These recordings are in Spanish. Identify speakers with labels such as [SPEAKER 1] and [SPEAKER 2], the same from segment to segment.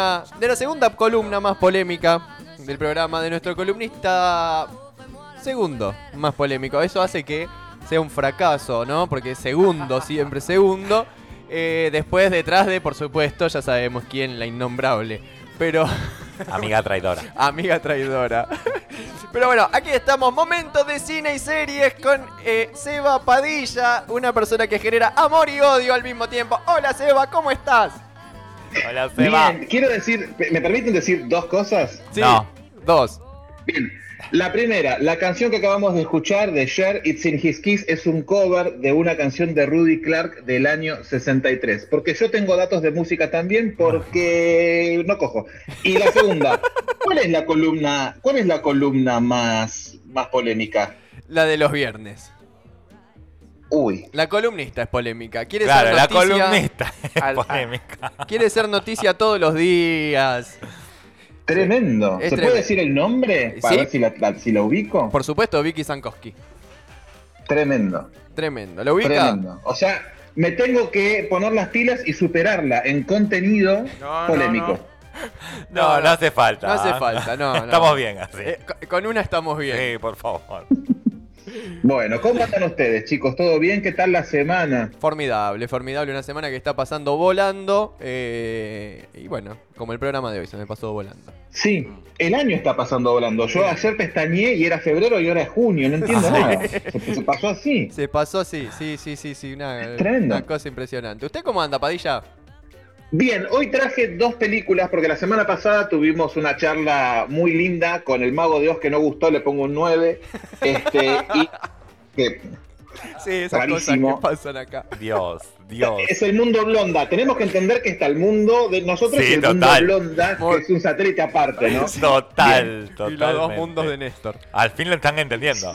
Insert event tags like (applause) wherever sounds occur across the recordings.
[SPEAKER 1] de la segunda columna más polémica del programa de nuestro columnista segundo más polémico. Eso hace que sea un fracaso, ¿no? Porque segundo, siempre segundo. Eh, después, detrás de, por supuesto, ya sabemos quién, la innombrable. Pero, (laughs)
[SPEAKER 2] Amiga traidora.
[SPEAKER 1] amiga traidora. (laughs) Pero bueno, aquí estamos, momentos de cine y series con eh, Seba Padilla, una persona que genera amor y odio al mismo tiempo. Hola Seba, ¿cómo estás?
[SPEAKER 2] Hola, Seba.
[SPEAKER 3] Bien, quiero decir, ¿me permiten decir dos cosas?
[SPEAKER 1] Sí,
[SPEAKER 2] No.
[SPEAKER 1] dos.
[SPEAKER 3] Bien. La primera, la canción que acabamos de escuchar de Cher, It's in His Kiss, es un cover de una canción de Rudy Clark del año 63. Porque yo tengo datos de música también, porque no cojo. Y la
[SPEAKER 1] (laughs)
[SPEAKER 3] segunda, ¿cuál es la columna, cuál es la columna más, más polémica?
[SPEAKER 1] La de los viernes.
[SPEAKER 3] Uy,
[SPEAKER 1] La columnista es polémica. Quiere
[SPEAKER 2] Claro,
[SPEAKER 1] ser
[SPEAKER 2] la
[SPEAKER 1] noticia,
[SPEAKER 2] columnista.
[SPEAKER 1] al- ah. a-
[SPEAKER 2] Polémica.
[SPEAKER 1] Quiere ser noticia todos los días.
[SPEAKER 3] tremendo.
[SPEAKER 1] Es
[SPEAKER 3] ¿Se
[SPEAKER 1] tremendo.
[SPEAKER 3] puede decir el nombre? Para
[SPEAKER 1] Sí.
[SPEAKER 3] ver si la, la- si la ubico.
[SPEAKER 1] Por supuesto, Vicky Sankoski.
[SPEAKER 3] Tremendo.
[SPEAKER 1] Tremendo. ¿Lo ubica?
[SPEAKER 3] Tremendo. O sea, me tengo que poner las pilas y superarla en contenido
[SPEAKER 1] No, no,
[SPEAKER 3] polémico.
[SPEAKER 2] No, no hace falta. ¿eh?
[SPEAKER 1] No hace falta, no, no.
[SPEAKER 2] Estamos bien así.
[SPEAKER 1] Eh, co- con una estamos bien.
[SPEAKER 2] Sí, por favor.
[SPEAKER 3] Bueno, ¿cómo están ustedes, chicos? ¿Todo bien? ¿Qué tal la semana?
[SPEAKER 1] Formidable, formidable. Una semana que está pasando volando. eh, y bueno, como el programa de hoy se me pasó volando.
[SPEAKER 3] Sí, el año está pasando volando. Yo ayer pestañé y era febrero y ahora es junio. No entiendo
[SPEAKER 2] Sí.
[SPEAKER 3] nada. Se, se pasó así.
[SPEAKER 1] Se pasó así, sí, sí, sí, sí. Una,
[SPEAKER 3] Tremendo.
[SPEAKER 1] una cosa impresionante. ¿Usted cómo anda, Padilla?
[SPEAKER 3] Bien, hoy traje dos películas porque la semana pasada tuvimos una charla muy linda con el Mago de Oz que no gustó, le pongo un 9. Este,
[SPEAKER 1] (laughs)
[SPEAKER 3] y que
[SPEAKER 1] Sí, esas
[SPEAKER 3] Rarísimo.
[SPEAKER 1] cosas que pasan acá.
[SPEAKER 2] Dios, Dios.
[SPEAKER 3] Es el mundo blonda. Tenemos que entender que está el mundo de nosotros
[SPEAKER 2] Sí,
[SPEAKER 3] y el
[SPEAKER 2] total.
[SPEAKER 3] mundo blonda,
[SPEAKER 1] Muy-
[SPEAKER 3] que es un satélite aparte, ¿no?
[SPEAKER 2] (laughs) Total, total.
[SPEAKER 1] Y los dos mundos de Néstor.
[SPEAKER 2] Al fin lo están entendiendo.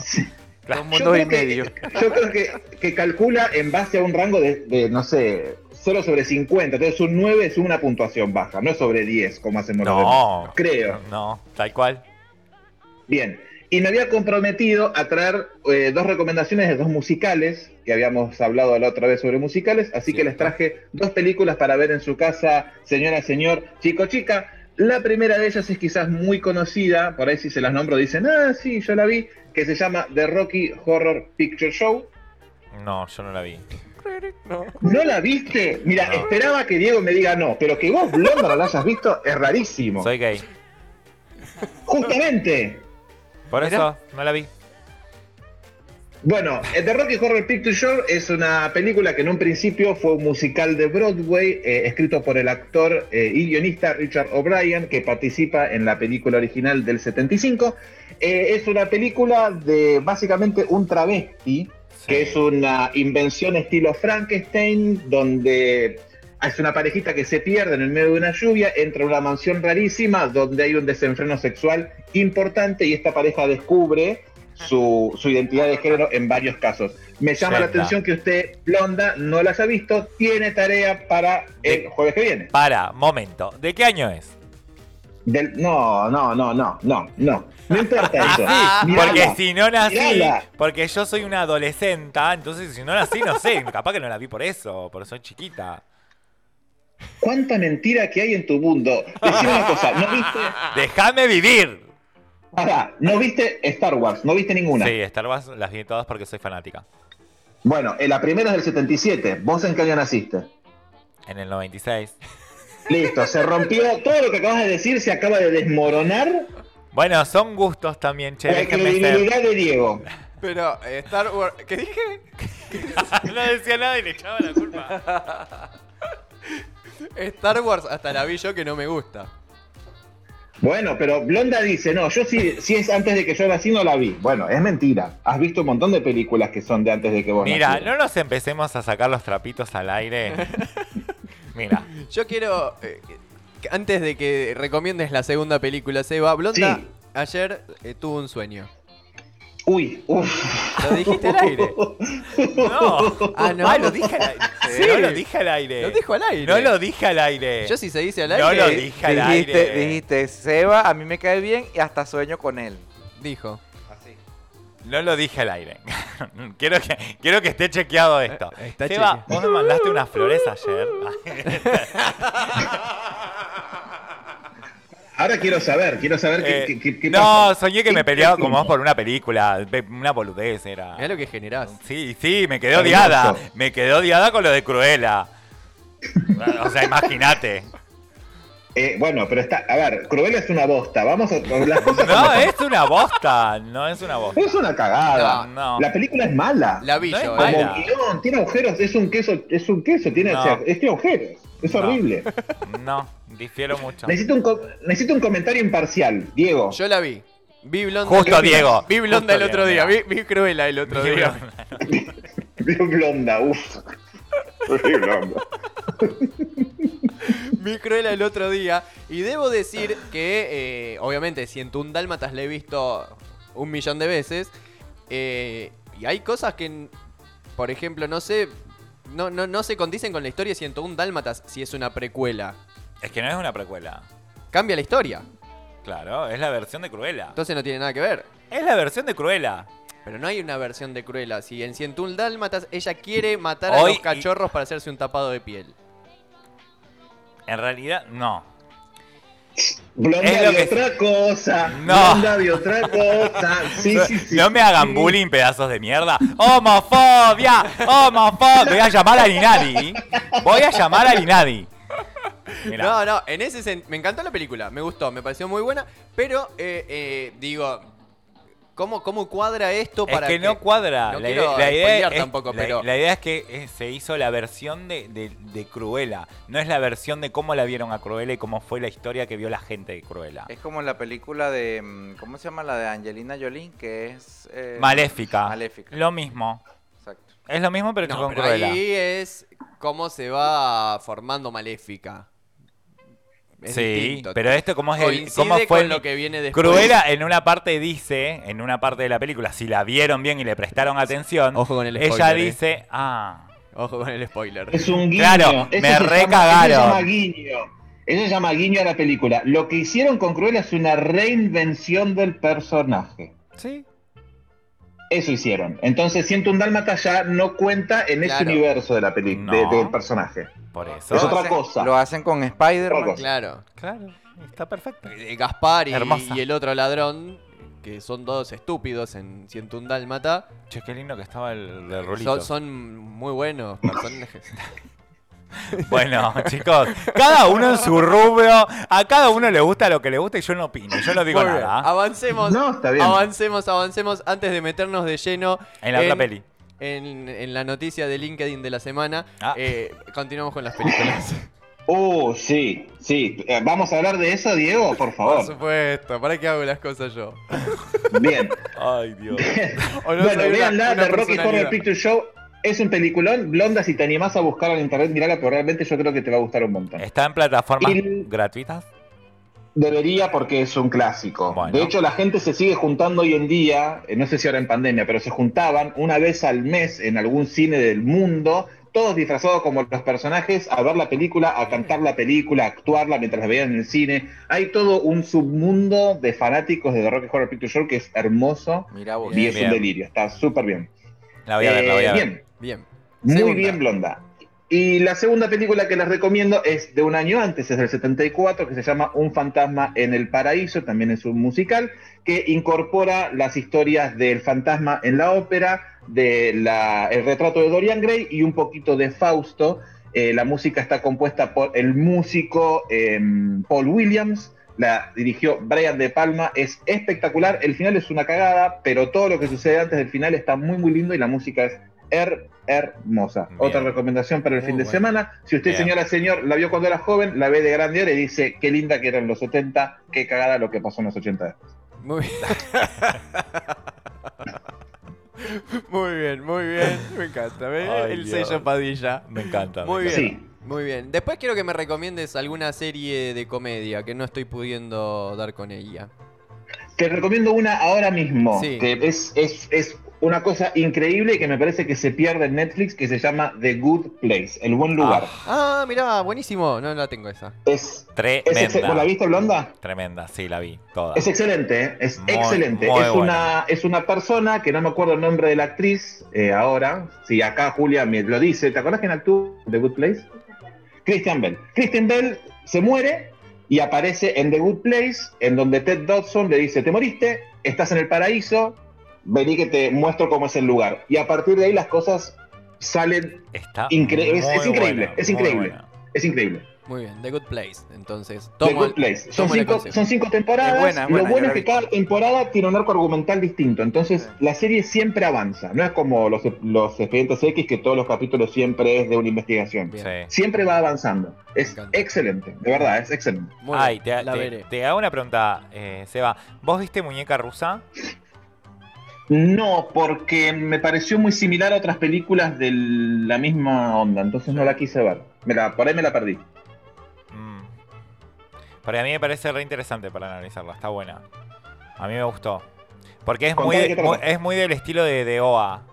[SPEAKER 1] Dos
[SPEAKER 3] Yo
[SPEAKER 1] mundos y
[SPEAKER 3] creo que-
[SPEAKER 1] medio.
[SPEAKER 3] Yo creo que, que calcula en base a un rango de, de, no sé, solo sobre 50. Entonces un 9 es una puntuación baja, no es sobre 10, como hacemos los demás.
[SPEAKER 2] No.
[SPEAKER 3] Creo.
[SPEAKER 2] No, tal cual.
[SPEAKER 3] Bien. Y me había comprometido a traer eh, dos recomendaciones de dos musicales, que habíamos hablado la otra vez sobre musicales, así que
[SPEAKER 1] Cierto.
[SPEAKER 3] les traje dos películas para ver en su casa, señora, señor, chico, chica. La primera de ellas es quizás muy conocida, por ahí si se las nombro dicen, ah, sí, yo la vi, que se llama The Rocky Horror Picture Show.
[SPEAKER 2] No, yo no la vi.
[SPEAKER 1] No.
[SPEAKER 3] ¿No la viste? Mira,
[SPEAKER 2] No.
[SPEAKER 3] esperaba que Diego me diga no, pero que vos, Blonda, no la hayas visto es rarísimo.
[SPEAKER 2] Soy gay.
[SPEAKER 3] Justamente.
[SPEAKER 2] Por
[SPEAKER 1] Mirá.
[SPEAKER 2] eso no la vi.
[SPEAKER 3] Bueno, eh, The Rocky Horror Picture Show es una película que en un principio fue un musical de Broadway, eh, escrito por el actor eh, y guionista Richard O'Brien, que participa en la película original del 75. Eh, es una película de básicamente un travesti, que es una invención estilo Frankenstein, donde es una parejita que se pierde en el medio de una lluvia, entra a una mansión rarísima donde hay un desenfreno sexual importante y esta pareja descubre su, su identidad de género en varios casos. Me llama la
[SPEAKER 2] Zelda.
[SPEAKER 3] atención que usted, Blonda, no las ha visto, tiene tarea para el
[SPEAKER 2] De-
[SPEAKER 3] jueves que viene.
[SPEAKER 2] Para, momento. ¿De qué año es?
[SPEAKER 3] Del- no, no, no, no, no, no.
[SPEAKER 2] (laughs)
[SPEAKER 3] No importa eso.
[SPEAKER 2] Ah,
[SPEAKER 3] Mirala.
[SPEAKER 2] porque si no nací,
[SPEAKER 3] Mirala.
[SPEAKER 2] porque yo soy una adolescente, entonces si no nací, no sé, capaz que no la vi por eso, por eso soy chiquita.
[SPEAKER 3] ¿Cuánta mentira que hay en tu mundo? Decime una cosa, ¿no viste?
[SPEAKER 1] Ah.
[SPEAKER 2] ¡Déjame vivir!
[SPEAKER 3] Pará, no viste Star Wars, no viste ninguna.
[SPEAKER 2] Sí, Star Wars las vi todas porque soy fanática.
[SPEAKER 3] Bueno, eh, la primera es del 77. ¿Vos en qué año naciste?
[SPEAKER 2] En el 96.
[SPEAKER 3] Listo, se rompió. Todo lo que acabas de decir se acaba de desmoronar.
[SPEAKER 2] Bueno, son gustos también, che,
[SPEAKER 3] la
[SPEAKER 2] déjenme ser.
[SPEAKER 3] credibilidad de Diego.
[SPEAKER 1] Pero eh, Star Wars. ¿Qué dije?
[SPEAKER 2] (laughs) no decía nada y le echaba la culpa.
[SPEAKER 1] Star Wars hasta la vi yo que no me gusta.
[SPEAKER 3] Bueno, pero Blonda dice, no, yo sí, si es antes de que yo nací no la vi. Bueno, es mentira. Has visto un montón de películas que son de antes de que vos
[SPEAKER 2] Mira,
[SPEAKER 3] nacieras.
[SPEAKER 2] no nos empecemos a sacar los trapitos al aire.
[SPEAKER 3] (laughs)
[SPEAKER 2] Mira,
[SPEAKER 1] Yo quiero. eh, que- antes de que recomiendes la segunda película, Seba, Blonda
[SPEAKER 3] Sí.
[SPEAKER 1] ayer eh, tuvo un sueño.
[SPEAKER 3] Uy, uff.
[SPEAKER 1] Lo dijiste al aire.
[SPEAKER 2] no.
[SPEAKER 1] Ah, no.
[SPEAKER 2] Ah, lo dije al aire.
[SPEAKER 1] Sí.
[SPEAKER 2] No lo dije al aire.
[SPEAKER 1] Lo dijo al aire.
[SPEAKER 2] No lo dije al aire.
[SPEAKER 1] Yo si se dice al
[SPEAKER 2] No
[SPEAKER 1] aire.
[SPEAKER 2] lo dije al
[SPEAKER 4] Eh, dijiste,
[SPEAKER 2] aire.
[SPEAKER 4] dijiste, Seba, a mí me cae bien y hasta sueño con él.
[SPEAKER 1] Dijo.
[SPEAKER 2] No lo dije al aire. (laughs) quiero, que, quiero que esté chequeado esto.
[SPEAKER 1] Eh, está
[SPEAKER 2] Seba,
[SPEAKER 1] chequeado.
[SPEAKER 3] (laughs)
[SPEAKER 2] vos me mandaste unas flores ayer.
[SPEAKER 3] ahora quiero saber, quiero saber qué,
[SPEAKER 2] Eh,
[SPEAKER 3] qué- qué- qué
[SPEAKER 2] no,
[SPEAKER 3] pasa.
[SPEAKER 2] soñé que
[SPEAKER 3] ¿Qué-
[SPEAKER 2] me
[SPEAKER 3] qué
[SPEAKER 2] peleaba con vos
[SPEAKER 3] punto?
[SPEAKER 2] por una película, ve- una boludez era.
[SPEAKER 1] Ah. Mirá lo que generás.
[SPEAKER 2] Sí, sí, me quedé
[SPEAKER 3] Hermoso.
[SPEAKER 2] odiada, me quedé odiada con lo de Cruella. O sea, imagínate.
[SPEAKER 3] Eh, bueno, pero está, a ver, Cruella es una bosta, vamos a
[SPEAKER 2] (laughs)
[SPEAKER 3] las cosas como
[SPEAKER 2] No, eh.
[SPEAKER 3] son.
[SPEAKER 2] es una bosta, no es una bosta.
[SPEAKER 3] es una cagada.
[SPEAKER 2] No, no.
[SPEAKER 3] La película es Ah. mala.
[SPEAKER 1] La vi
[SPEAKER 2] No es
[SPEAKER 1] yo,
[SPEAKER 2] mala.
[SPEAKER 1] eh.
[SPEAKER 3] Como guión, tiene agujeros, es un queso, es un queso, tiene,
[SPEAKER 2] No.
[SPEAKER 3] o sea, es que agujeros, es
[SPEAKER 2] No.
[SPEAKER 3] horrible.
[SPEAKER 2] No, difiero mucho.
[SPEAKER 3] Necesito un, co- necesito un comentario imparcial, Diego. (laughs)
[SPEAKER 1] Yo la vi. Vi Blonda.
[SPEAKER 2] Justo Diego.
[SPEAKER 1] Vi Blonda el
[SPEAKER 2] Justo
[SPEAKER 1] otro
[SPEAKER 2] Diego,
[SPEAKER 1] día.
[SPEAKER 2] mirá.
[SPEAKER 1] Vi, vi Cruella el otro día.
[SPEAKER 3] De blonda, uff. blonda.
[SPEAKER 1] Vi Cruella el otro día. Y debo decir que, eh, obviamente, 101 Dálmatas la he visto un millón de veces. eh, y hay cosas que, n- por ejemplo, no sé. No, no, no se condicen con la historia de 101 Dálmatas si es una precuela.
[SPEAKER 2] Es que no es una precuela.
[SPEAKER 1] Cambia la historia.
[SPEAKER 2] Claro, es la versión de Cruella.
[SPEAKER 1] Entonces no tiene nada que ver.
[SPEAKER 2] Es la versión de Cruella.
[SPEAKER 1] Pero no hay una versión de Cruella. Si en 101 Dálmatas ella quiere matar a
[SPEAKER 2] Hoy
[SPEAKER 1] los cachorros para hacerse un tapado de piel.
[SPEAKER 2] En realidad, no. Es
[SPEAKER 3] Blonda
[SPEAKER 2] lo
[SPEAKER 3] de
[SPEAKER 2] que-
[SPEAKER 3] otra cosa.
[SPEAKER 2] No.
[SPEAKER 3] Blonda de otra cosa. Sí, sí, sí.
[SPEAKER 2] No me hagan bullying, pedazos de mierda. ¡Homofobia! ¡Homofobia! Voy a llamar a Linadi. Voy a llamar a Linadi. Mirá.
[SPEAKER 1] No, no, en ese sen- Me encantó la película, me gustó, me pareció muy buena, pero eh, eh, digo, ¿cómo, ¿cómo cuadra esto
[SPEAKER 2] Es
[SPEAKER 1] para
[SPEAKER 2] que, no cuadra.
[SPEAKER 1] No
[SPEAKER 2] la,
[SPEAKER 1] quiero
[SPEAKER 2] idea- la idea
[SPEAKER 1] spoilear
[SPEAKER 2] es,
[SPEAKER 1] tampoco,
[SPEAKER 2] la-
[SPEAKER 1] pero-
[SPEAKER 2] la idea es que eh, se hizo la versión de, de- de Cruella. No es la versión de cómo la vieron a Cruella y cómo fue la historia que vio la gente de Cruella.
[SPEAKER 4] Es como la película de. mm, ¿Cómo se llama? La de Angelina Jolie, que es. eh,
[SPEAKER 2] Maléfica.
[SPEAKER 4] Maléfica.
[SPEAKER 2] Lo mismo.
[SPEAKER 4] Exacto.
[SPEAKER 2] Es lo mismo, pero
[SPEAKER 1] No,
[SPEAKER 2] con
[SPEAKER 1] pero
[SPEAKER 2] Cruella.
[SPEAKER 1] ahí es cómo se va formando Maléfica. Es
[SPEAKER 2] sí,
[SPEAKER 1] distinto.
[SPEAKER 2] pero esto cómo es el,
[SPEAKER 1] Coincide
[SPEAKER 2] cómo fue
[SPEAKER 1] con
[SPEAKER 2] el-
[SPEAKER 1] lo que viene después.
[SPEAKER 2] Cruella en una parte dice, en una parte de la película, si la vieron bien y le prestaron atención,
[SPEAKER 1] Ojo con el
[SPEAKER 2] ella
[SPEAKER 1] spoiler, eh.
[SPEAKER 2] dice, ah,
[SPEAKER 1] Ojo con el spoiler.
[SPEAKER 3] Es un guiño.
[SPEAKER 2] Claro,
[SPEAKER 3] Eso
[SPEAKER 2] me
[SPEAKER 3] se llama-
[SPEAKER 2] recagaron.
[SPEAKER 3] Eso se llama guiño. Eso se llama guiño a la película. Lo que hicieron con Cruella es una reinvención del personaje.
[SPEAKER 2] sí,
[SPEAKER 3] Eso hicieron. Entonces, siento un dálmata ya no cuenta en ese
[SPEAKER 1] Claro.
[SPEAKER 3] universo de la película,
[SPEAKER 2] No.
[SPEAKER 3] del personaje.
[SPEAKER 2] por eso.
[SPEAKER 3] Es otra
[SPEAKER 4] hacen-
[SPEAKER 3] cosa.
[SPEAKER 4] Lo hacen con
[SPEAKER 3] Otra
[SPEAKER 4] Spider-Man.
[SPEAKER 3] cosa.
[SPEAKER 1] Claro.
[SPEAKER 2] Claro, está perfecto.
[SPEAKER 1] Eh, Gaspar y,
[SPEAKER 2] Hermosa.
[SPEAKER 1] y el otro ladrón, que son dos estúpidos en 101 Dálmata,
[SPEAKER 2] Che, qué lindo que estaba el, el rulito.
[SPEAKER 1] son, son muy buenos personajes.
[SPEAKER 2] (laughs) Bueno, (laughs) chicos, cada uno en su rubro, a cada uno le gusta lo que le gusta y yo no opino, yo no digo
[SPEAKER 1] Muy bien,
[SPEAKER 2] nada.
[SPEAKER 1] Avancemos.
[SPEAKER 3] No, está bien.
[SPEAKER 1] Avancemos, avancemos antes de meternos de lleno
[SPEAKER 2] En la otra peli.
[SPEAKER 1] En, en la noticia de LinkedIn de la semana.
[SPEAKER 2] Ah.
[SPEAKER 1] Eh, continuamos con las películas.
[SPEAKER 3] Oh, sí, sí. Eh, Vamos a hablar de eso, Diego, (laughs) por
[SPEAKER 1] Por
[SPEAKER 3] favor.
[SPEAKER 1] supuesto, ¿para qué hago las cosas yo? (laughs)
[SPEAKER 3] Bien.
[SPEAKER 2] Ay, Dios.
[SPEAKER 1] O no
[SPEAKER 3] bueno,
[SPEAKER 1] soy una-
[SPEAKER 3] veanla,
[SPEAKER 1] una
[SPEAKER 3] The Rocky Horror
[SPEAKER 1] personalidad.
[SPEAKER 3] Picture Show es un peliculón. Blonda, si te animás a buscar en internet, mirala, pero realmente yo creo que te va a gustar un montón.
[SPEAKER 2] ¿Está en plataformas
[SPEAKER 3] Y-
[SPEAKER 2] gratuitas?
[SPEAKER 3] Debería porque es un clásico.
[SPEAKER 2] Bueno.
[SPEAKER 3] De hecho, la gente se sigue juntando hoy en día, eh, no sé si ahora en pandemia, pero se juntaban una vez al mes en algún cine del mundo, todos disfrazados como los personajes, a ver la película, a cantar la película, a actuarla mientras la veían en el cine. Hay todo un submundo de fanáticos de The Rocky Horror Picture Show que es hermoso
[SPEAKER 4] Mira vos.
[SPEAKER 3] y es
[SPEAKER 2] Bien.
[SPEAKER 3] un delirio, está súper bien.
[SPEAKER 2] La voy a ver, la voy
[SPEAKER 3] Eh,
[SPEAKER 2] a ver.
[SPEAKER 3] bien.
[SPEAKER 1] Bien.
[SPEAKER 3] Muy
[SPEAKER 1] Segunda.
[SPEAKER 3] bien, Blonda. Y la segunda película que les recomiendo es de un año antes, es del 74, que se llama Un fantasma en el paraíso, también es un musical, que incorpora las historias del fantasma en la ópera, del retrato de Dorian Gray y un poquito de Fausto. Eh, la música está compuesta por el músico eh, Paul Williams, la dirigió Brian De Palma, es espectacular, el final es una cagada, pero todo lo que sucede antes del final está muy muy lindo y la música es her- hermosa.
[SPEAKER 2] Bien.
[SPEAKER 3] Otra recomendación para el
[SPEAKER 1] Muy
[SPEAKER 3] fin de
[SPEAKER 1] bueno.
[SPEAKER 3] semana, si usted
[SPEAKER 2] Bien.
[SPEAKER 3] señora, señor, la vio cuando era joven, la ve de grande ahora y dice, qué linda que eran los 70, qué cagada lo que pasó en los 80.
[SPEAKER 1] Muy bien. (laughs) muy bien, muy bien. Me encanta. ¿ves?
[SPEAKER 2] Ay,
[SPEAKER 1] El
[SPEAKER 2] Dios.
[SPEAKER 1] sello Padilla.
[SPEAKER 2] Me encanta. me
[SPEAKER 1] Muy bien.
[SPEAKER 2] encanta.
[SPEAKER 3] Sí.
[SPEAKER 1] Muy bien. Después quiero que me recomiendes alguna serie de comedia que no estoy pudiendo dar con ella.
[SPEAKER 3] Te recomiendo una ahora mismo,
[SPEAKER 1] Sí.
[SPEAKER 3] que es, es, es una cosa increíble y que me parece que se pierde en Netflix, que se llama The Good Place, El Buen Lugar.
[SPEAKER 1] Ah, mirá, buenísimo. No la tengo esa.
[SPEAKER 3] Es, es
[SPEAKER 2] Tremenda.
[SPEAKER 3] exce- ¿Vos la viste, Blonda?
[SPEAKER 2] Tremenda, sí, la vi. Toda.
[SPEAKER 3] Es excelente, ¿eh? es
[SPEAKER 2] Muy,
[SPEAKER 3] excelente.
[SPEAKER 2] muy
[SPEAKER 3] es,
[SPEAKER 2] buena.
[SPEAKER 3] una, es una persona que no me acuerdo el nombre de la actriz eh, ahora. Si acá Julia me lo dice, ¿te acordás quién actuó en The Good Place? Christian Bell. Christian Bell se muere y aparece en The Good Place, en donde Ted Dodson le dice, te moriste, estás en el paraíso, vení que te muestro cómo es el lugar. Y a partir de ahí las cosas salen,
[SPEAKER 2] Está
[SPEAKER 3] Incre- es-
[SPEAKER 2] muy
[SPEAKER 3] es increíble,
[SPEAKER 2] buena,
[SPEAKER 3] es
[SPEAKER 2] muy
[SPEAKER 3] increíble.
[SPEAKER 2] buena.
[SPEAKER 3] es increíble.
[SPEAKER 1] Muy bien, The Good Place. Entonces,
[SPEAKER 3] The
[SPEAKER 1] tomo
[SPEAKER 3] Good
[SPEAKER 1] el-
[SPEAKER 3] Place. Son
[SPEAKER 1] tomo el
[SPEAKER 3] cinco,
[SPEAKER 1] consejo.
[SPEAKER 3] son cinco temporadas.
[SPEAKER 4] Es buena, es buena,
[SPEAKER 3] Lo bueno es
[SPEAKER 4] yo la
[SPEAKER 3] que
[SPEAKER 4] vi.
[SPEAKER 3] cada temporada tiene un arco argumental distinto. Entonces,
[SPEAKER 4] Sí.
[SPEAKER 3] la serie siempre avanza. No es como los, e-, los expedientes X, que todos los capítulos siempre es de una investigación.
[SPEAKER 1] Bien.
[SPEAKER 2] Sí.
[SPEAKER 3] Siempre va avanzando. Es
[SPEAKER 1] Me encanta.
[SPEAKER 3] excelente, de verdad, es excelente.
[SPEAKER 1] Muy bien,
[SPEAKER 2] Ay, te,
[SPEAKER 1] la
[SPEAKER 2] te-
[SPEAKER 1] veré.
[SPEAKER 2] te hago una pregunta, eh, Seba. ¿Vos viste Muñeca Rusa?
[SPEAKER 3] No, porque me pareció muy similar a otras películas de la misma onda, entonces no la quise ver. Me la, por ahí me la perdí.
[SPEAKER 2] Mm. Para mí me parece re interesante para analizarla, está buena. A mí me gustó. Porque es,
[SPEAKER 3] Contá
[SPEAKER 2] muy,
[SPEAKER 3] de
[SPEAKER 2] de-
[SPEAKER 3] qué trata.
[SPEAKER 2] muy- es muy del estilo de, de OA.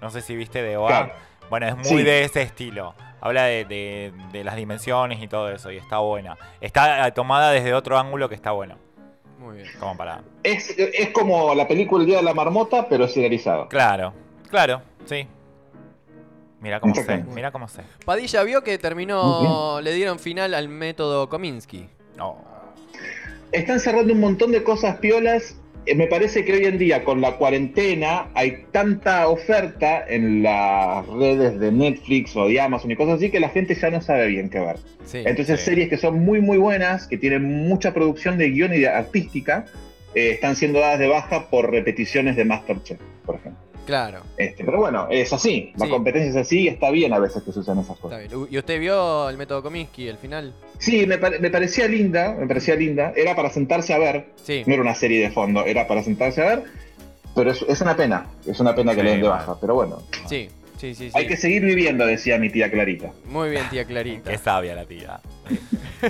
[SPEAKER 2] No sé si viste de OA.
[SPEAKER 3] Claro.
[SPEAKER 2] Bueno, es muy
[SPEAKER 3] Sí.
[SPEAKER 2] de ese estilo. Habla de, de- de las dimensiones y todo eso, y está buena. Está eh, tomada desde otro ángulo que está bueno.
[SPEAKER 1] Muy bien.
[SPEAKER 2] Como para.
[SPEAKER 3] Es, es como la película El Día de la Marmota, pero serializado.
[SPEAKER 2] Claro, claro, sí. Mira cómo sé,
[SPEAKER 3] Exactamente.
[SPEAKER 2] mira cómo sé.
[SPEAKER 1] Padilla vio que terminó, le dieron final al método Kominsky.
[SPEAKER 2] Oh.
[SPEAKER 3] Están cerrando un montón de cosas piolas. Eh, Me parece que hoy en día, con la cuarentena, hay tanta oferta en las redes de Netflix o de Amazon y cosas así que la gente ya no sabe bien qué ver.
[SPEAKER 1] Sí.
[SPEAKER 3] Entonces,
[SPEAKER 2] sí.
[SPEAKER 3] series que son muy, muy buenas, que tienen mucha producción de guión y de artística, eh, están siendo dadas de baja por repeticiones de Masterchef, por ejemplo.
[SPEAKER 1] Claro,
[SPEAKER 3] Este, pero bueno, es así. La
[SPEAKER 1] Sí.
[SPEAKER 3] competencia es así y está bien a veces que se usan esas
[SPEAKER 1] está
[SPEAKER 3] cosas.
[SPEAKER 1] bien. U- ¿Y usted vio el método Kominsky, el final?
[SPEAKER 3] Sí, me, pare- me parecía linda, me parecía linda. Era para sentarse a ver,
[SPEAKER 1] Sí.
[SPEAKER 3] no era una serie de fondo, era para sentarse a ver. Pero es, es una pena, es una pena que
[SPEAKER 2] Sí,
[SPEAKER 3] le den de
[SPEAKER 2] mal.
[SPEAKER 3] baja. Pero bueno,
[SPEAKER 1] Sí, sí, sí. sí.
[SPEAKER 3] hay que seguir viviendo, decía mi tía Clarita.
[SPEAKER 1] Muy bien, tía Clarita.
[SPEAKER 2] (laughs) Qué sabia la tía.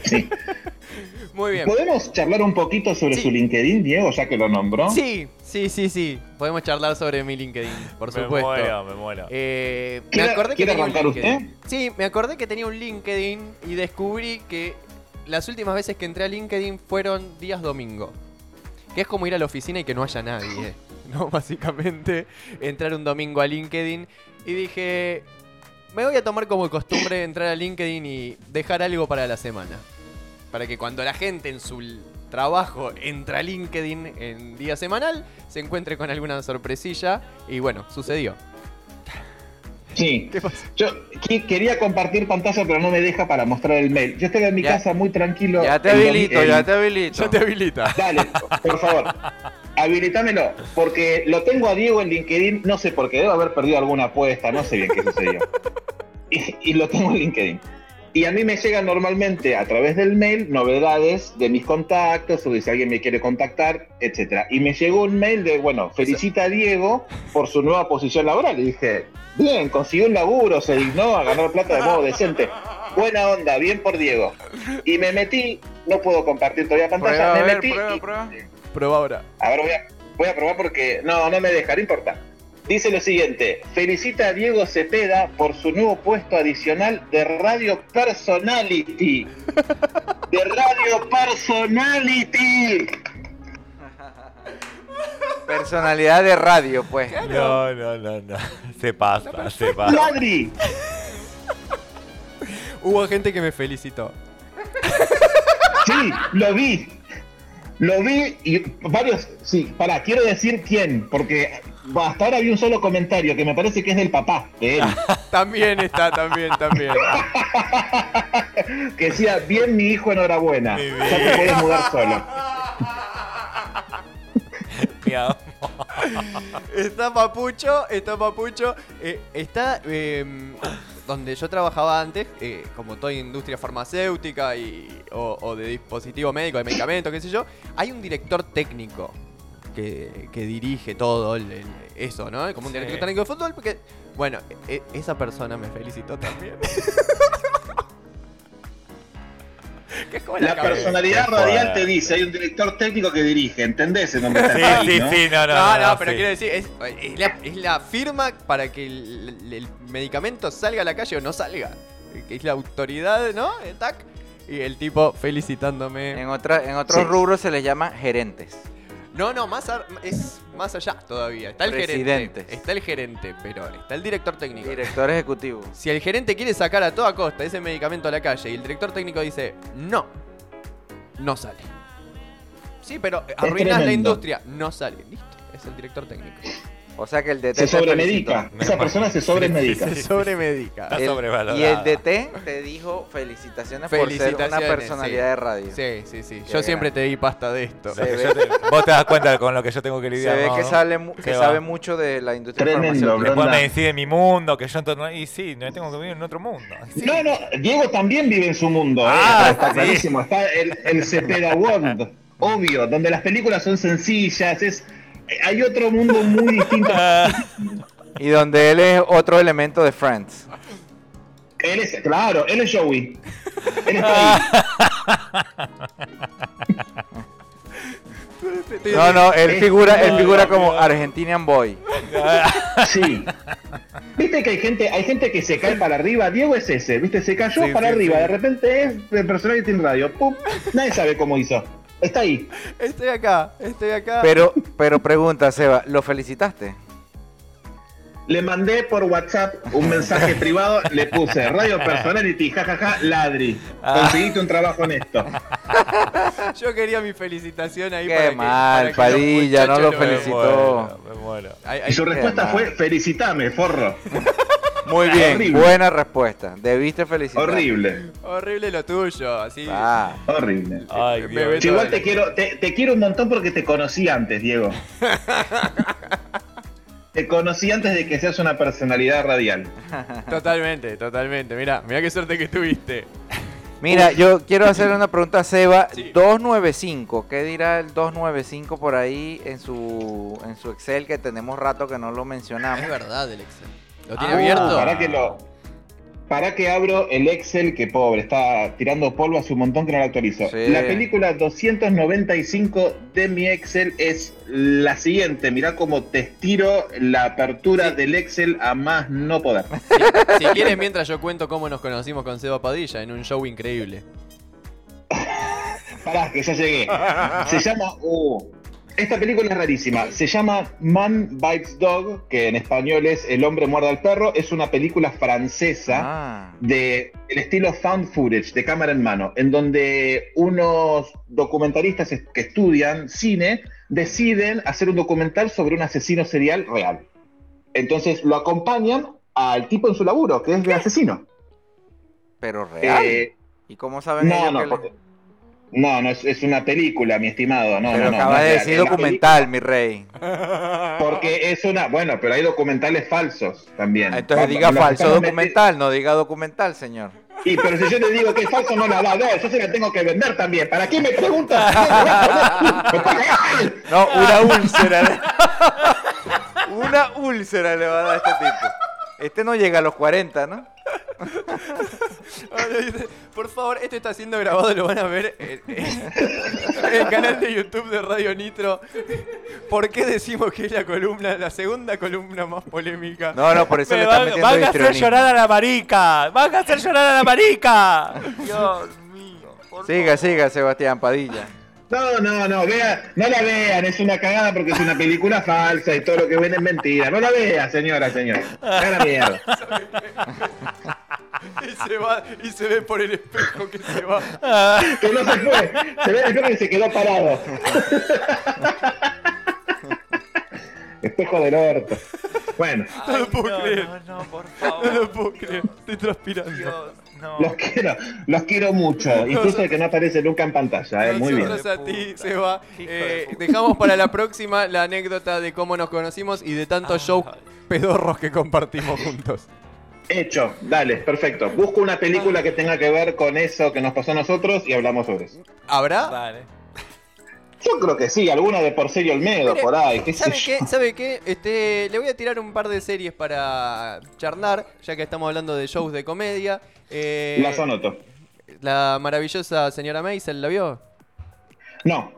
[SPEAKER 3] Sí.
[SPEAKER 1] Muy bien.
[SPEAKER 3] ¿Podemos charlar un poquito sobre
[SPEAKER 1] Sí.
[SPEAKER 3] su LinkedIn, Diego, ya que lo nombró?
[SPEAKER 1] Sí, sí, sí, sí. Podemos charlar sobre mi LinkedIn, por
[SPEAKER 2] me
[SPEAKER 1] supuesto.
[SPEAKER 2] muero, me muero.
[SPEAKER 1] Eh, me
[SPEAKER 3] ¿Quiere-
[SPEAKER 1] acordé que
[SPEAKER 3] quiere
[SPEAKER 1] tenía un
[SPEAKER 3] arrancar usted?
[SPEAKER 1] LinkedIn. Sí, me acordé que tenía un LinkedIn y descubrí que las últimas veces que entré a LinkedIn fueron días domingo. Que es como ir a la oficina y que no haya nadie. ¿eh? (laughs) ¿No? Básicamente, entrar un domingo a LinkedIn y dije. Me voy a tomar como costumbre entrar a LinkedIn y dejar algo para la semana. Para que cuando la gente en su l- trabajo entra a LinkedIn en día semanal, se encuentre con alguna sorpresilla. Y bueno, sucedió.
[SPEAKER 3] Sí.
[SPEAKER 1] ¿Qué pasa?
[SPEAKER 3] Yo qui- quería compartir pantalla, pero no me deja para mostrar el mail. Yo estoy en mi
[SPEAKER 4] Ya-
[SPEAKER 3] casa muy tranquilo.
[SPEAKER 4] Ya te
[SPEAKER 3] el domi-
[SPEAKER 4] habilito,
[SPEAKER 3] el-
[SPEAKER 4] ya te habilito.
[SPEAKER 1] Ya te habilita.
[SPEAKER 3] Dale, por favor. Habilitámelo, porque lo tengo a Diego en LinkedIn, no sé por qué, debo haber perdido alguna apuesta, no sé bien qué sucedió. Y, y lo tengo en LinkedIn. Y a mí me llegan normalmente a través del mail novedades de mis contactos o de si alguien me quiere contactar, etcétera. Y me llegó un mail de, bueno, felicita a Diego por su nueva posición laboral. Y dije, bien, consiguió un laburo, se dignó a ganar plata de modo decente. Buena onda, bien por Diego. Y me metí, no puedo compartir todavía pantalla,
[SPEAKER 4] Prueba,
[SPEAKER 3] me
[SPEAKER 4] a ver,
[SPEAKER 3] metí
[SPEAKER 4] prueba,
[SPEAKER 3] y-
[SPEAKER 4] prueba.
[SPEAKER 1] Prueba ahora.
[SPEAKER 3] a ver, voy a, voy a probar porque no, no me deja, no importa. Dice lo siguiente, felicita a Diego Cepeda por su nuevo puesto adicional de Radio Personality. De Radio Personality.
[SPEAKER 4] Personalidad de radio, pues.
[SPEAKER 2] No, no, no, no. (laughs) Se pasa, se pasa.
[SPEAKER 3] Ladri.
[SPEAKER 1] Hubo gente que me felicitó.
[SPEAKER 3] Sí, lo vi. Lo vi y varios, sí, pará, quiero decir quién, porque hasta ahora vi un solo comentario que me parece que es del papá de él.
[SPEAKER 1] También está, también, también.
[SPEAKER 3] Que decía, bien mi hijo, enhorabuena.
[SPEAKER 2] Mi
[SPEAKER 3] Ya te puedes mudar solo.
[SPEAKER 2] (laughs) Mi amor.
[SPEAKER 1] Está Papucho, está Papucho. eh, está eh, donde yo trabajaba antes, eh, como toda industria farmacéutica y, o, o de dispositivo médico, de medicamentos, qué sé yo. Hay un director técnico que, que dirige todo el- el- eso, ¿no? Como un
[SPEAKER 2] Sí.
[SPEAKER 1] director técnico de fútbol. Porque, bueno, e- esa persona me felicitó también. (laughs) Que es como
[SPEAKER 3] La
[SPEAKER 1] cabeza.
[SPEAKER 3] personalidad
[SPEAKER 2] Qué
[SPEAKER 3] radial
[SPEAKER 2] joder.
[SPEAKER 3] te dice, hay un director técnico que dirige, ¿entendés? En dónde está el
[SPEAKER 2] Sí,
[SPEAKER 3] país,
[SPEAKER 2] sí,
[SPEAKER 3] ¿no?
[SPEAKER 2] sí, no, no.
[SPEAKER 1] No, no, pero
[SPEAKER 2] sí.
[SPEAKER 1] quiero decir, es, es la, es la firma para que el, el- el medicamento salga a la calle o no salga. Que es la autoridad, ¿no? Eh, Tac. Y el tipo felicitándome.
[SPEAKER 4] En, otra, en otros
[SPEAKER 3] Sí.
[SPEAKER 4] rubros se les llama gerentes.
[SPEAKER 1] No, no, más ar- es más allá todavía. Está el gerente.
[SPEAKER 4] Presidentes.
[SPEAKER 1] Está el gerente, pero está el director técnico.
[SPEAKER 4] Director ejecutivo.
[SPEAKER 1] Si el gerente quiere sacar a toda costa ese medicamento a la calle y el director técnico dice no, no sale. Sí, pero
[SPEAKER 3] arruinás la
[SPEAKER 1] arruinas la
[SPEAKER 3] tremendo.
[SPEAKER 1] industria,
[SPEAKER 3] industria.
[SPEAKER 1] no sale. Listo, es el director técnico.
[SPEAKER 4] O sea que el DT.
[SPEAKER 3] Se
[SPEAKER 4] te
[SPEAKER 3] sobremedica.
[SPEAKER 4] felicitó.
[SPEAKER 3] Esa persona se sobremedica.
[SPEAKER 2] Sí, sí,
[SPEAKER 1] Se sobremedica.
[SPEAKER 2] Está
[SPEAKER 4] El-
[SPEAKER 2] sobrevalorada.
[SPEAKER 4] y el DT te dijo felicitaciones, por ser
[SPEAKER 1] Felicitaciones,
[SPEAKER 4] una personalidad
[SPEAKER 1] sí.
[SPEAKER 4] de radio.
[SPEAKER 1] Sí, sí, sí. Yo
[SPEAKER 4] grande.
[SPEAKER 1] siempre te di pasta de esto.
[SPEAKER 4] Se
[SPEAKER 2] Yo
[SPEAKER 4] ve,
[SPEAKER 2] te- vos te das cuenta con lo que yo tengo que
[SPEAKER 4] se
[SPEAKER 2] lidiar.
[SPEAKER 4] ve
[SPEAKER 2] ¿no?
[SPEAKER 4] que, sale, mu- que
[SPEAKER 2] Se va.
[SPEAKER 4] sabe mucho de la industria
[SPEAKER 3] Tremendo,
[SPEAKER 4] farmacéutica.
[SPEAKER 2] Después
[SPEAKER 3] Ronda.
[SPEAKER 2] me decide mi mundo, que yo entonces. Y sí, me tengo que vivir en otro mundo. Sí.
[SPEAKER 3] No, no, Diego también vive en su mundo. ¿eh?
[SPEAKER 2] Ah,
[SPEAKER 3] está
[SPEAKER 2] sí.
[SPEAKER 3] clarísimo. Está el, el Cepeda World, obvio, donde las películas son sencillas. es Hay otro mundo muy
[SPEAKER 2] (laughs)
[SPEAKER 3] distinto.
[SPEAKER 4] Y donde él es otro elemento de Friends.
[SPEAKER 3] Él es, claro, él es Joey. Él está ahí.
[SPEAKER 4] No, no, él
[SPEAKER 3] Sí.
[SPEAKER 4] figura, él
[SPEAKER 2] No,
[SPEAKER 4] figura
[SPEAKER 2] no,
[SPEAKER 4] como
[SPEAKER 2] no.
[SPEAKER 4] Argentinian Boy.
[SPEAKER 3] Sí. Viste que hay gente, hay gente que se cae para arriba. Diego es ese, viste, se cayó
[SPEAKER 1] Sí,
[SPEAKER 3] para
[SPEAKER 1] sí,
[SPEAKER 3] arriba.
[SPEAKER 1] sí.
[SPEAKER 3] De repente es de personality en radio. Pum, nadie sabe cómo hizo. Está ahí.
[SPEAKER 1] (laughs) Estoy acá, estoy acá.
[SPEAKER 4] Pero, pero pregunta, Seba, ¿lo felicitaste?
[SPEAKER 3] Le mandé por WhatsApp
[SPEAKER 1] (laughs)
[SPEAKER 3] un mensaje privado, le puse Radio Personality, jajaja, ladri.
[SPEAKER 1] Ah.
[SPEAKER 3] Conseguiste un trabajo en esto.
[SPEAKER 1] yo quería mi felicitación ahí
[SPEAKER 4] Qué
[SPEAKER 1] para que-
[SPEAKER 4] mal,
[SPEAKER 1] para que
[SPEAKER 4] Padilla,
[SPEAKER 1] los muchachos
[SPEAKER 4] no lo
[SPEAKER 1] vean.
[SPEAKER 4] felicitó.
[SPEAKER 2] Me muero.
[SPEAKER 1] Ay, ay,
[SPEAKER 3] Y su respuesta
[SPEAKER 4] mal.
[SPEAKER 3] fue, felicitame, forro.
[SPEAKER 4] Muy bien,
[SPEAKER 3] Horrible.
[SPEAKER 4] buena respuesta. Debiste felicitar.
[SPEAKER 3] Horrible,
[SPEAKER 1] Horrible lo tuyo, así.
[SPEAKER 4] Ah, (laughs)
[SPEAKER 3] horrible.
[SPEAKER 2] Ay,
[SPEAKER 1] Me
[SPEAKER 2] Dios.
[SPEAKER 1] ve-
[SPEAKER 3] Che, igual te quiero, te, te quiero un montón porque te conocí antes, Diego.
[SPEAKER 1] (laughs)
[SPEAKER 3] Te conocí antes de que seas una personalidad radial.
[SPEAKER 1] Totalmente, totalmente. Mira, mira qué suerte que tuviste.
[SPEAKER 4] mira, yo quiero hacerle una pregunta a Seba.
[SPEAKER 1] Sí.
[SPEAKER 4] 295, ¿qué dirá el 295 por ahí en su, en su Excel que tenemos rato que no lo mencionamos?
[SPEAKER 1] verdad, el Excel. ¿Lo
[SPEAKER 2] tiene abierto?
[SPEAKER 3] Para Ah, que lo. Para que abro el Excel, que pobre, está tirando polvo hace un montón que no lo actualizo.
[SPEAKER 4] Sí.
[SPEAKER 3] La película 295 de mi Excel es la siguiente. Mirá cómo te estiro la apertura del Excel a más no poder.
[SPEAKER 1] Si quieres, mientras yo cuento cómo nos conocimos con Seba Padilla en un show increíble.
[SPEAKER 3] Pará, que
[SPEAKER 2] (laughs)
[SPEAKER 3] ya llegué. Se llama. uh, esta película es rarísima. Se llama Man Bites Dog, que en español es El hombre muerde al perro. Es una película francesa
[SPEAKER 4] Ah,
[SPEAKER 3] de el estilo found footage, de cámara en mano, en donde unos documentaristas es- que estudian cine deciden hacer un documental sobre un asesino serial real. Entonces lo acompañan al tipo en su laburo, que es de asesino.
[SPEAKER 4] pero real.
[SPEAKER 3] Eh,
[SPEAKER 4] ¿Y cómo saben
[SPEAKER 3] no,
[SPEAKER 4] ellos
[SPEAKER 3] no,
[SPEAKER 4] que le-
[SPEAKER 3] porque- no, no, es, es una película, mi estimado. No,
[SPEAKER 4] Pero
[SPEAKER 3] no, no,
[SPEAKER 4] acabas
[SPEAKER 3] no,
[SPEAKER 4] de
[SPEAKER 3] es
[SPEAKER 4] decir
[SPEAKER 3] real. Es la
[SPEAKER 4] documental, mi rey.
[SPEAKER 3] peli- Porque es una. Bueno, pero hay documentales falsos también.
[SPEAKER 4] Ah, Entonces
[SPEAKER 3] Vamos,
[SPEAKER 4] diga
[SPEAKER 3] lo que
[SPEAKER 4] falso
[SPEAKER 3] estamos
[SPEAKER 4] documental, no diga documental, señor.
[SPEAKER 3] meti- Y pero si yo te digo que es falso, no la va a ver. Yo se la tengo que vender también. ¿Para qué me preguntas? Me pagan.
[SPEAKER 4] No, una úlcera. le- (laughs) una úlcera le va a dar a este tipo. Este no llega a los 40, ¿no?
[SPEAKER 1] Ahora dice, Por favor, esto está siendo grabado, lo van a ver en, en el canal de YouTube de Radio Nitro. ¿Por qué decimos que es la columna, la segunda columna más polémica?
[SPEAKER 4] No, no, por eso le
[SPEAKER 2] Me
[SPEAKER 4] está
[SPEAKER 2] van,
[SPEAKER 4] metiendo
[SPEAKER 2] van a hacer
[SPEAKER 4] histrionismo.
[SPEAKER 2] llorar a la marica. Van a hacer llorar a la marica. Dios mío. por
[SPEAKER 4] Siga, siga, Sebastián Padilla.
[SPEAKER 3] No, no, no, vea, no la vean, es una cagada porque es una película falsa y todo lo que ven es mentira. No la vea, señora, señor. Haga la mierda.
[SPEAKER 1] Y se va y se ve por el espejo que se va.
[SPEAKER 3] Que no se fue. Se ve el espejo y se quedó parado. espejo del orto. Bueno,
[SPEAKER 1] No lo puedo creer.
[SPEAKER 2] No,
[SPEAKER 1] No,
[SPEAKER 2] no, por
[SPEAKER 1] lo
[SPEAKER 2] favor.
[SPEAKER 1] puedo creer. Estoy transpirando.
[SPEAKER 2] Dios, no.
[SPEAKER 3] los quiero, los quiero mucho. Incluso el que no aparece nunca en pantalla, eh, muy bien.
[SPEAKER 1] Nosotros a ti,
[SPEAKER 2] Puta.
[SPEAKER 1] Seba.
[SPEAKER 2] Hijo
[SPEAKER 1] eh,
[SPEAKER 2] de puta.
[SPEAKER 1] dejamos para la próxima la anécdota de cómo nos conocimos y de tantos shows pedorros que compartimos juntos.
[SPEAKER 3] Hecho, dale, perfecto. Busco una película que tenga que ver con eso que nos pasó a nosotros y hablamos sobre eso.
[SPEAKER 1] ¿Habrá?
[SPEAKER 2] Dale.
[SPEAKER 3] Yo creo que sí, alguna de Porcelio Olmedo, por ahí, qué sé (laughs)
[SPEAKER 1] ¿Sabe
[SPEAKER 3] yo.
[SPEAKER 1] qué? ¿Sabe qué? Este, le voy a tirar un par de series para charlar, ya que estamos hablando de shows de comedia. Eh,
[SPEAKER 3] Las anoto.
[SPEAKER 1] la maravillosa señora Maisel, ¿la vio?
[SPEAKER 3] No,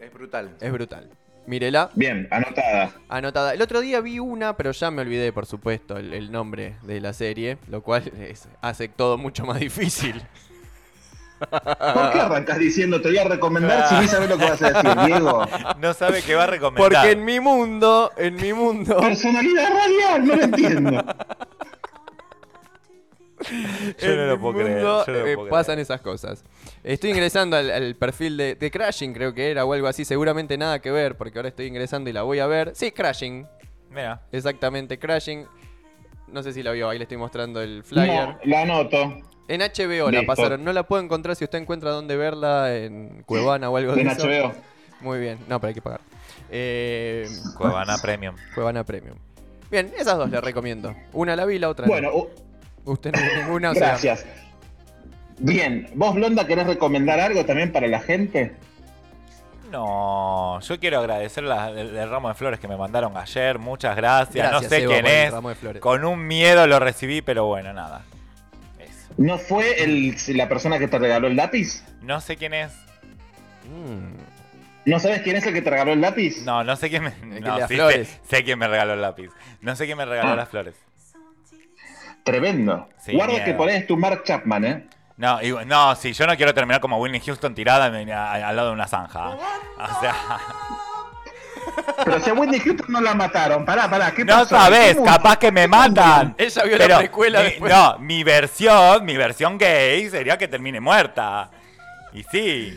[SPEAKER 4] Es brutal.
[SPEAKER 1] Es brutal. Mírela,
[SPEAKER 3] bien, anotada.
[SPEAKER 1] anotada. El otro día vi una, pero ya me olvidé, por supuesto, el, el nombre de la serie, lo cual es- hace todo mucho más difícil. Ah.
[SPEAKER 3] ¿Por qué arrancas diciendo te voy a recomendar si ni sabes lo que vas a decir,
[SPEAKER 1] (laughs)
[SPEAKER 3] Diego?
[SPEAKER 2] No sabe qué va a recomendar.
[SPEAKER 1] Porque en mi mundo, en mi
[SPEAKER 3] (laughs)
[SPEAKER 1] mundo,
[SPEAKER 3] Personalidad radial, no lo entiendo.
[SPEAKER 2] Yo no
[SPEAKER 1] en
[SPEAKER 2] lo
[SPEAKER 1] mi
[SPEAKER 2] puedo creer,
[SPEAKER 1] mundo,
[SPEAKER 2] yo no lo
[SPEAKER 1] eh,
[SPEAKER 2] puedo creer.
[SPEAKER 1] pasan esas cosas. Estoy ingresando al, al perfil de, de Crashing, creo que era, o algo así. Seguramente nada que ver, porque ahora estoy ingresando y la voy a ver. Sí, Crashing.
[SPEAKER 2] Mira.
[SPEAKER 1] Exactamente, Crashing. No sé si la vio, ahí le estoy mostrando el flyer.
[SPEAKER 3] No, la anoto.
[SPEAKER 1] En HBO la
[SPEAKER 3] Listo.
[SPEAKER 1] pasaron. No la puedo encontrar si usted encuentra dónde verla en Cuevana o algo de
[SPEAKER 3] En
[SPEAKER 1] eso.
[SPEAKER 3] HBO.
[SPEAKER 1] Muy bien. No, pero hay que pagar. Eh,
[SPEAKER 2] Cuevana Premium.
[SPEAKER 1] Cuevana Premium. Bien, esas dos les recomiendo. Una la vi, la otra no.
[SPEAKER 3] Bueno, u-
[SPEAKER 1] Usted no vio ninguna, o sea,
[SPEAKER 3] gracias. Bien, vos Blonda querés recomendar algo también para la gente?
[SPEAKER 2] No, yo quiero agradecer la- el, el ramo de flores que me mandaron ayer. Muchas gracias. no
[SPEAKER 1] Gracias,
[SPEAKER 2] sé
[SPEAKER 1] Seba,
[SPEAKER 2] quién
[SPEAKER 1] por el
[SPEAKER 2] es.
[SPEAKER 1] ramo de flores.
[SPEAKER 2] Con un miedo lo recibí, pero bueno, nada. Eso.
[SPEAKER 3] ¿No fue el, la persona que te regaló el lápiz?
[SPEAKER 2] No sé quién es.
[SPEAKER 1] Mm.
[SPEAKER 3] ¿No sabes quién es el que te regaló el lápiz?
[SPEAKER 2] No, no sé quién me.
[SPEAKER 1] que
[SPEAKER 2] No,
[SPEAKER 1] le da
[SPEAKER 2] sí, sé,
[SPEAKER 1] flores. Ah.
[SPEAKER 2] sé quién me regaló el lápiz. No sé quién me regaló las flores.
[SPEAKER 3] Tremendo.
[SPEAKER 2] Sí,
[SPEAKER 3] Guarda
[SPEAKER 2] mierda.
[SPEAKER 3] que por ahí es tu Mark Chapman, ¿eh?
[SPEAKER 2] No, y- no, sí, yo no quiero terminar como Whitney Houston tirada en- a- al lado de una zanja. O sea,
[SPEAKER 3] Pero si a Whitney Houston no la mataron. Pará, pará, ¿qué
[SPEAKER 2] no
[SPEAKER 3] pasó?
[SPEAKER 2] sabes,
[SPEAKER 3] ¿Cómo?
[SPEAKER 2] capaz que me matan.
[SPEAKER 1] Ella vio la precuela
[SPEAKER 2] mi-
[SPEAKER 1] después.
[SPEAKER 2] No, mi versión, mi versión gay sería que termine muerta. Y sí.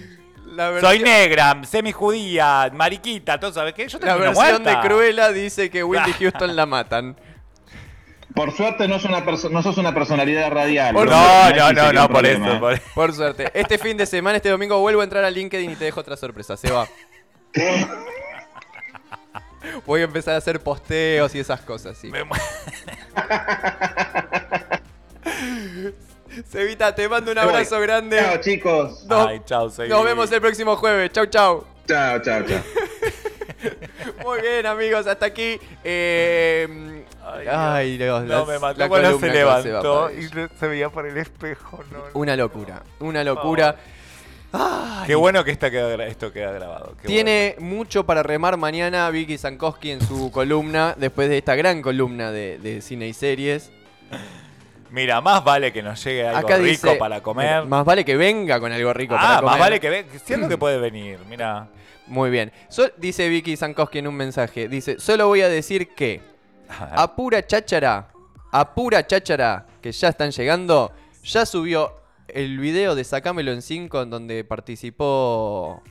[SPEAKER 1] La versión,
[SPEAKER 2] Soy negra, semi judía, mariquita, todo sabes qué, yo
[SPEAKER 1] la
[SPEAKER 2] termino
[SPEAKER 1] versión de
[SPEAKER 2] muerta.
[SPEAKER 1] Cruella dice
[SPEAKER 2] (laughs)
[SPEAKER 1] que Wendy Houston la matan.
[SPEAKER 3] Por suerte no, es una perso- no sos una personalidad radial.
[SPEAKER 2] No,
[SPEAKER 3] Blonda,
[SPEAKER 2] no,
[SPEAKER 3] ahí
[SPEAKER 2] no,
[SPEAKER 3] sería
[SPEAKER 2] no,
[SPEAKER 3] un
[SPEAKER 2] por
[SPEAKER 3] problema,
[SPEAKER 2] eso,
[SPEAKER 1] (laughs)
[SPEAKER 3] ¿eh?
[SPEAKER 2] por eso.
[SPEAKER 1] Por suerte. Este fin de semana, este domingo, vuelvo a entrar a LinkedIn y te dejo otra sorpresa. Se va. Voy a empezar a hacer posteos y esas cosas, sí.
[SPEAKER 2] Me mu-
[SPEAKER 1] Sevita, te mando un
[SPEAKER 3] Me voy.
[SPEAKER 1] abrazo grande.
[SPEAKER 3] Chao, chicos.
[SPEAKER 1] No-
[SPEAKER 2] Ay, chau, soy
[SPEAKER 1] Nos
[SPEAKER 2] gay.
[SPEAKER 1] vemos el próximo jueves. Chau, chau.
[SPEAKER 3] Chao, chao, chao.
[SPEAKER 1] Muy bien, amigos, hasta aquí. eh,
[SPEAKER 2] Ay,
[SPEAKER 1] ay, Dios,
[SPEAKER 2] No,
[SPEAKER 1] la-
[SPEAKER 2] me mató
[SPEAKER 1] la
[SPEAKER 2] cuando se
[SPEAKER 1] columna que se va
[SPEAKER 2] levantó
[SPEAKER 1] para
[SPEAKER 2] y
[SPEAKER 1] ella.
[SPEAKER 2] se veía por el espejo. No, no.
[SPEAKER 1] Una locura, una locura.
[SPEAKER 2] Qué bueno que esta queda gra- esto queda grabado. qué
[SPEAKER 1] Tiene mucho para remar mañana Vicky Zankowski en su columna, después de esta gran columna de, de cine y series.
[SPEAKER 2] bueno. Mira, más vale que nos llegue algo
[SPEAKER 1] Acá
[SPEAKER 2] rico
[SPEAKER 1] dice,
[SPEAKER 2] para comer.
[SPEAKER 1] Más vale que venga con algo rico para
[SPEAKER 2] ah,
[SPEAKER 1] comer.
[SPEAKER 2] más vale que ve. Siento que puede venir, mira.
[SPEAKER 1] Muy bien. So- dice Vicky Zankowski en un mensaje, dice, solo voy a decir que
[SPEAKER 2] Ah.
[SPEAKER 1] a pura cháchara, a pura cháchara, que ya están llegando, ya subió el video de Sacámelo en 5 en donde participó